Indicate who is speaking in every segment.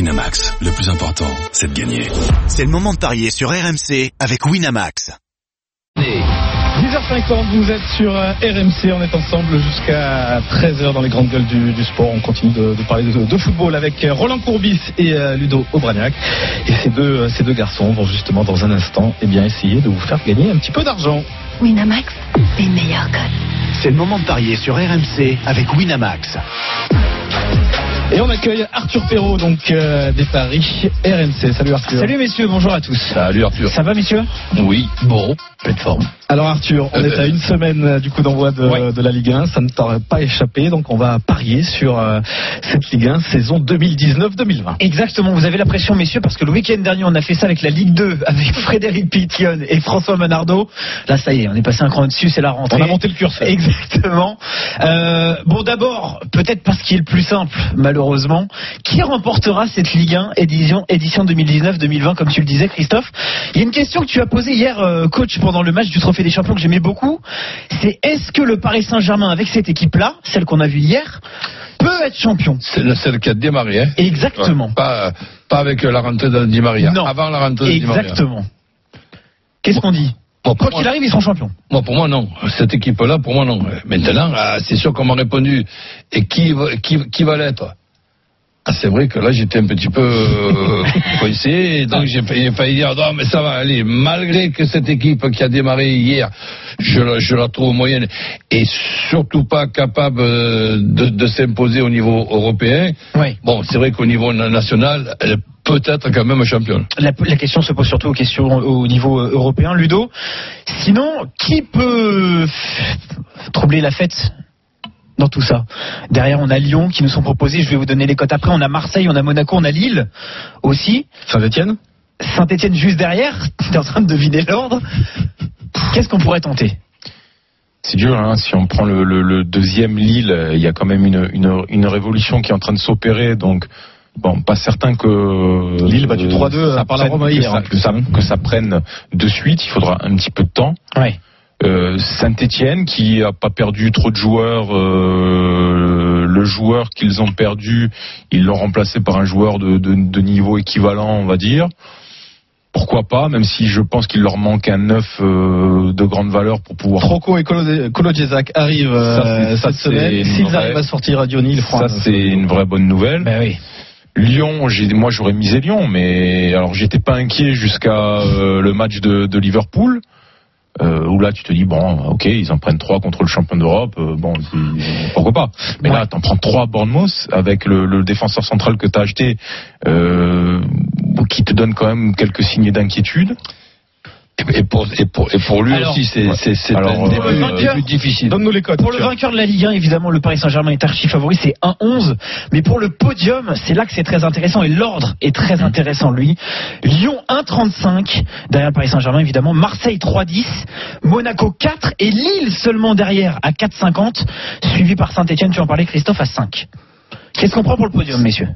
Speaker 1: Winamax, le plus important, c'est de gagner.
Speaker 2: C'est le moment de parier sur RMC avec Winamax.
Speaker 3: 10h50, vous êtes sur euh, RMC, on est ensemble jusqu'à 13h dans les grandes gueules du, du sport. On continue de, de parler de, de football avec euh, Roland Courbis et euh, Ludo Aubragnac. Et ces deux, euh, ces deux garçons vont justement dans un instant eh bien, essayer de vous faire gagner un petit peu d'argent.
Speaker 4: Winamax, les meilleurs codes.
Speaker 2: C'est le moment de parier sur RMC avec Winamax.
Speaker 3: Et on accueille Arthur Perrault, donc euh, des Paris RMC. Salut Arthur.
Speaker 5: Salut messieurs, bonjour à tous.
Speaker 6: Salut Arthur.
Speaker 5: Ça va messieurs
Speaker 6: Oui, bon, pleine forme.
Speaker 3: Alors Arthur, on
Speaker 6: Euh,
Speaker 3: est à
Speaker 6: euh,
Speaker 3: une semaine euh, du coup d'envoi de,
Speaker 5: Ouais.
Speaker 3: de la Ligue 1, ça ne t'aurait pas échappé, donc on va parier sur euh, cette Ligue 1 saison 2019-2020.
Speaker 5: Exactement, vous avez la pression messieurs parce que le week-end dernier on a fait ça avec la Ligue 2 avec Frédéric Pition et François Manardo. Là ça y est, on est passé un cran dessus, c'est la rentrée.
Speaker 3: On a monté le curseur.
Speaker 5: Exactement. Euh, bon d'abord, peut-être parce qu'il est le plus simple malheureusement, qui remportera cette Ligue 1 édition, édition 2019-2020 comme tu le disais Christophe Il y a une question que tu as posée hier euh, coach pendant le match du Trophée des Champions que j'aimais beaucoup, c'est est-ce que le Paris Saint-Germain avec cette équipe-là, celle qu'on a vue hier, peut être champion
Speaker 6: C'est le- celle qui a démarré, hein
Speaker 5: Exactement.
Speaker 6: Ouais, Pas, pas avec la rentrée de Di Maria.
Speaker 5: Non.
Speaker 6: Avant la rentrée de Di Maria.
Speaker 5: Exactement. Qu'est-ce qu'on dit
Speaker 6: Bon, pour
Speaker 5: Quoi
Speaker 6: moi,
Speaker 5: qu'il arrive, ils seront champions.
Speaker 6: moi, pour moi, non. Cette équipe-là, pour moi, non. Maintenant, ah, c'est sûr qu'on m'a répondu. Et qui, va- qui, qui va l'être ah, c'est vrai que là j'étais un petit peu euh, coincé, et donc j'ai failli, j'ai failli dire non mais ça va aller. Malgré que cette équipe qui a démarré hier, je, la- je la trouve moyenne et surtout pas capable euh, de, de s'imposer au niveau européen.
Speaker 5: Oui.
Speaker 6: Bon, c'est vrai qu'au niveau na- national, elle est peut-être quand même championne.
Speaker 5: La, la question se pose surtout aux questions au niveau euh, européen, Ludo. Sinon, qui peut troubler la fête dans tout ça Derrière, on a Lyon qui nous sont proposés. Je vais vous donner les cotes après. On a Marseille, on a Monaco, on a Lille aussi.
Speaker 3: Saint-Etienne
Speaker 5: Saint-Etienne juste derrière. Tu es en train de deviner l'ordre. Qu'est-ce qu'on pourrait tenter
Speaker 7: C'est dur, hein. si on prend le, le- le deuxième Lille, euh, il y a quand même une, une, une révolution qui est en train de s'opérer, donc bon, pas certain que
Speaker 3: Lille battu
Speaker 7: euh,
Speaker 3: 3-2
Speaker 7: ça
Speaker 3: hein, par la hein.
Speaker 7: prenne-
Speaker 3: Roma
Speaker 7: que
Speaker 3: hier,
Speaker 7: ça-
Speaker 3: en
Speaker 7: que, ça, que ça prenne de suite, il faudra un petit peu de temps.
Speaker 5: Ouais.
Speaker 7: Euh, Saint-Étienne qui a pas perdu trop de joueurs, euh, le joueur qu'ils ont perdu, ils l'ont remplacé par un joueur de, de- de niveau équivalent, on va dire. Pourquoi pas, même si je pense qu'il leur manque un neuf euh, de grande valeur pour pouvoir
Speaker 3: Troco et Kolo Kolo Djezak arrivent euh,
Speaker 7: Ça, c'est- ça,
Speaker 3: cette semaine.
Speaker 7: c'est
Speaker 3: S'ils
Speaker 7: une
Speaker 3: arrivent
Speaker 7: vraie-
Speaker 3: à sortir à Diony, ils feront
Speaker 7: Ça,
Speaker 3: un-
Speaker 7: c'est une vraie bonne nouvelle.
Speaker 5: Ben oui.
Speaker 7: Lyon, j'ai, moi, j'aurais misé Lyon, mais alors j'étais pas inquiet jusqu'à euh, le match de, de Liverpool. euh, où là tu te dis bon ok ils en prennent trois contre le champion d'Europe euh, bon c'est- pourquoi pas mais là t'en prends trois à Bournemouth avec le, le défenseur central que t'as acheté euh, qui te donne quand même quelques signes d'inquiétude
Speaker 6: Et, et pour, et, pour, et pour lui
Speaker 5: Alors,
Speaker 6: aussi, c'est
Speaker 7: ouais.
Speaker 6: c'est- c'est
Speaker 7: Alors,
Speaker 6: un
Speaker 7: euh,
Speaker 6: début,
Speaker 5: le vainqueur-
Speaker 6: début difficile.
Speaker 3: Donne-nous les codes.
Speaker 5: Pour le vainqueur de la Ligue 1, évidemment, le Paris Saint-Germain est archi favori, c'est 1-11. Mais pour le podium, c'est là que c'est très intéressant et l'ordre est très intéressant, lui. Lyon 1-35, derrière le Paris Saint-Germain, évidemment. Marseille 3-10, Monaco 4 et Lille seulement derrière à 4-50, suivi par Saint-Etienne, tu en parlais, Christophe, à 5. Qu'est-ce qu'on prend pour le podium, messieurs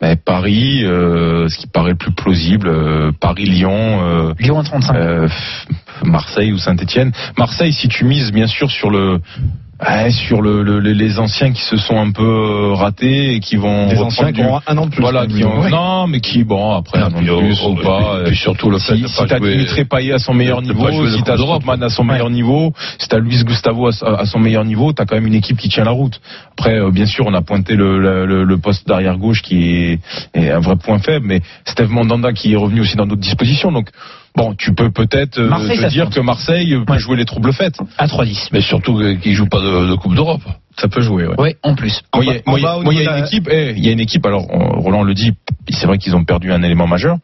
Speaker 7: mais Ben, Paris euh, ce qui paraît le plus plausible euh, Paris Lyon euh,
Speaker 5: Lyon 1-35.
Speaker 7: Euh, Marseille ou Saint-Étienne. Marseille, si tu mises bien sûr sur le ouais, sur le, le- le- les anciens qui se sont un peu euh, ratés et qui vont
Speaker 3: Des
Speaker 7: reprendre
Speaker 3: anciens qui
Speaker 7: du-
Speaker 3: auront un an de plus.
Speaker 7: voilà qui ont
Speaker 3: Ouais.
Speaker 7: non mais qui bon après
Speaker 6: Non,
Speaker 7: un an
Speaker 6: puis,
Speaker 7: de plus
Speaker 6: oh,
Speaker 7: ou
Speaker 6: oh,
Speaker 7: pas
Speaker 6: et
Speaker 7: euh,
Speaker 6: puis surtout le fait
Speaker 7: si,
Speaker 6: de
Speaker 7: si
Speaker 6: pas
Speaker 7: t'as
Speaker 6: jouer-
Speaker 7: Dimitri Payet à son meilleur
Speaker 6: de pas
Speaker 7: niveau
Speaker 6: jouer
Speaker 7: si
Speaker 6: de
Speaker 7: t'as
Speaker 6: Coupe d'Europe.
Speaker 7: Strootman à son meilleur niveau si t'as Luis Gustavo à, à- à son meilleur niveau t'as quand même une équipe qui tient la route après euh, bien sûr on a pointé le, le- le- le poste d'arrière gauche qui est, est un vrai point faible mais Steve Mandanda qui est revenu aussi dans d'autres dispositions donc bon tu peux peut-être euh,
Speaker 5: Marseille,
Speaker 7: te
Speaker 5: ça se
Speaker 7: dire
Speaker 5: tente.
Speaker 7: que Marseille peut
Speaker 5: Ouais.
Speaker 7: jouer les troubles faits
Speaker 5: À 3-10.
Speaker 6: Mais surtout euh, qu'il joue pas de, de Coupe d'Europe.
Speaker 7: ça peut jouer ouais
Speaker 5: Oui, en plus.
Speaker 3: En
Speaker 7: moi, il y
Speaker 3: bas-
Speaker 7: a-
Speaker 3: en
Speaker 7: moi, il y
Speaker 3: bas,
Speaker 7: a-
Speaker 3: au
Speaker 7: moi, il y
Speaker 3: niveau
Speaker 7: a
Speaker 3: de
Speaker 7: une
Speaker 3: la-
Speaker 7: équipe, eh, il y a une équipe, alors on- Roland le dit, c'est vrai qu'ils ont perdu un élément majeur,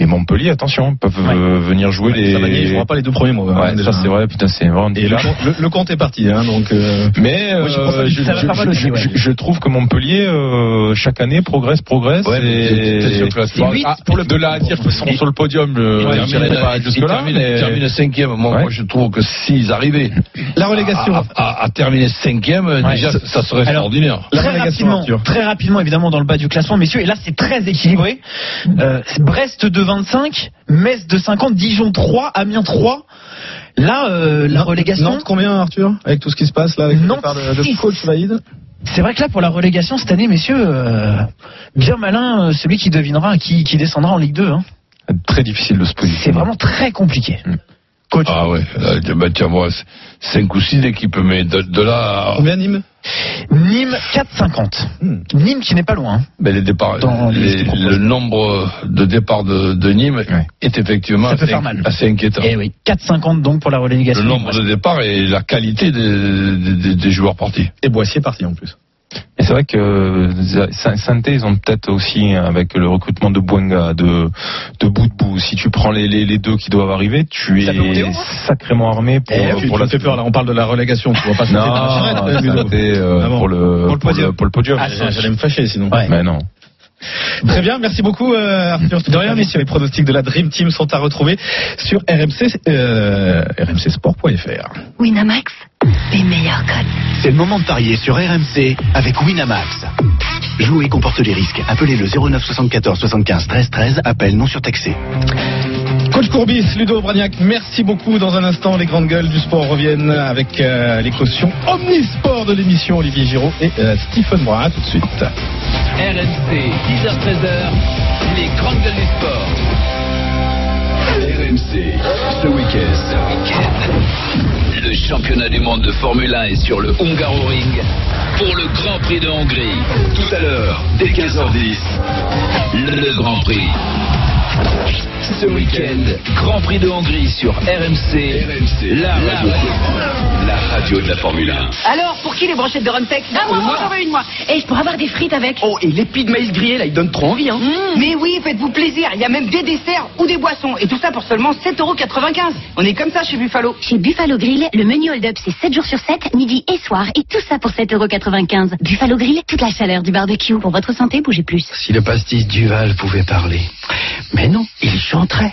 Speaker 7: mais Montpellier, attention, peuvent
Speaker 5: Ouais.
Speaker 7: euh, venir jouer les...
Speaker 3: Ça va gagner, il jouera pas les deux premiers mois. hein,
Speaker 7: Ouais,
Speaker 3: déjà.
Speaker 7: ça c'est vrai, putain, c'est vraiment
Speaker 3: Et le,
Speaker 7: dégueulasse.
Speaker 3: com- le- le compte est parti, hein, donc. euh,
Speaker 7: Mais
Speaker 5: Moi, j'y pense
Speaker 7: euh,
Speaker 5: pas,
Speaker 7: je,
Speaker 5: ça va
Speaker 7: je-
Speaker 5: pas mal
Speaker 7: je-
Speaker 5: aussi, ouais.
Speaker 7: je- je trouve que Montpellier, euh, chaque année, progresse, progresse.
Speaker 6: Ouais, mais c'est- c'est sûr que là, tu vois,
Speaker 7: Ah,
Speaker 5: huit pour le-
Speaker 7: de là à dire qu'ils seront sur le podium, euh,
Speaker 6: Il
Speaker 7: je dirais
Speaker 6: termine-
Speaker 7: pas
Speaker 6: il
Speaker 7: jusque-là.
Speaker 6: termine-
Speaker 7: mais-
Speaker 6: il termine cinquième. Moi,
Speaker 7: Ouais.
Speaker 6: moi, je trouve que s'ils arrivaient
Speaker 3: La
Speaker 6: à,
Speaker 3: relégation.
Speaker 6: à- à- à terminer cinquième, euh,
Speaker 5: Ouais.
Speaker 6: déjà, ça, ça serait
Speaker 5: Alors,
Speaker 6: extraordinaire.
Speaker 3: La
Speaker 5: Très
Speaker 3: relégation,
Speaker 5: rapidement,
Speaker 3: Arthur.
Speaker 5: très rapidement, évidemment, dans le bas du classement, messieurs. Et là, c'est très équilibré. Euh, Brest de 25, Metz de 50, Dijon 3, Amiens 3. Là, euh, la relégation.
Speaker 3: Nantes, combien, Arthur Avec tout ce qui se passe, là, avec le
Speaker 5: Nantes,
Speaker 3: départ de, de
Speaker 5: six.
Speaker 3: coach valide
Speaker 5: C'est vrai que là, pour la relégation cette année, messieurs, euh, bien malin euh, celui qui devinera qui, qui descendra en Ligue 2. hein.
Speaker 7: Très difficile de se positionner.
Speaker 5: C'est vraiment très compliqué. Coach,
Speaker 6: Ah ouais, là, tu- bah, tiens, moi, 5 ou 6 équipes, mais de, de là à
Speaker 3: Combien Nîmes
Speaker 7: Ah,
Speaker 5: Nîmes 4,50. Nîmes qui n'est pas loin. hein.
Speaker 6: mais les départs,
Speaker 5: Dans les
Speaker 6: les-
Speaker 5: listes proposées.
Speaker 6: le nombre de départs de, de Nîmes
Speaker 7: Ouais.
Speaker 6: est effectivement
Speaker 5: Ça peut
Speaker 6: assez,
Speaker 5: faire mal.
Speaker 6: assez inquiétant.
Speaker 5: Eh oui, 4,50 donc pour la relégation.
Speaker 6: Le nombre de départs et la qualité des, des- des joueurs partis.
Speaker 3: Et Boissier est parti en plus.
Speaker 7: Et c'est vrai que euh, Sa- Santé, ils ont peut-être aussi, hein, avec le recrutement de Boinga, de, de Boudbou, si tu prends les, les, les deux qui doivent arriver, tu
Speaker 3: Ça peut monter haut,
Speaker 7: es
Speaker 3: hein
Speaker 7: sacrément armé pour,
Speaker 3: Eh, tu-
Speaker 7: pour
Speaker 3: tu
Speaker 7: la
Speaker 3: me fais peur là, on parle de la relégation, tu vas pas
Speaker 7: Non,
Speaker 3: sauter par la
Speaker 7: Saint-Étienne,
Speaker 3: charrette,
Speaker 7: euh,
Speaker 3: Ah bon.
Speaker 7: pour, le,
Speaker 3: Pour le podium.
Speaker 7: pour le podium.
Speaker 3: Ah, ça, J'allais me fâcher sinon.
Speaker 5: Ouais.
Speaker 7: Mais non.
Speaker 3: Très bien, merci beaucoup euh, Arthur. De rien, messieurs, les pronostics de la Dream Team sont à retrouver sur RMC, euh, rmcsport.fr.
Speaker 4: Winamax, les meilleurs codes.
Speaker 2: C'est le moment de parier sur RMC avec Winamax. Jouer comporte les risques. Appelez le 09 74 75 13 13. Appel non surtaxé.
Speaker 3: Coach Courbis, Ludo Bragnac, merci beaucoup. Dans un instant, les grandes gueules du sport reviennent avec euh, les cautions omnisport de l'émission Olivier Giraud et euh, Stephen Brun. À tout de suite.
Speaker 8: RMC, 10h-13h, les grandes gueules du sport.
Speaker 1: RMC, ce week-end.
Speaker 8: Le championnat du monde de Formule 1 est sur le Hungaroring pour le Grand Prix de Hongrie.
Speaker 1: Tout à l'heure, dès 15h10.
Speaker 8: Le Grand Prix. Ce week-end, Grand Prix de Hongrie sur RMC.
Speaker 1: RMC, la radio. La radio de la Formule 1.
Speaker 9: Alors, pour qui les brochettes de Runtex
Speaker 4: Ah, moi, moi, j'en veux
Speaker 9: une, moi
Speaker 4: Et je pourrais avoir des frites avec.
Speaker 9: Oh, et l'épi de maïs grillé, là, il donne trop envie, hein Mais oui, faites-vous plaisir, il y a même des desserts ou des boissons, et tout ça pour seulement 7,95€. On est comme ça chez Buffalo.
Speaker 4: Chez Buffalo Grill, le menu hold-up c'est 7 jours sur 7, midi et soir, et tout ça pour 7,95€. Buffalo Grill, toute la chaleur du barbecue. Pour votre santé, bougez plus.
Speaker 8: Si le pastis Duval pouvait parler. Mais non, il chanterait.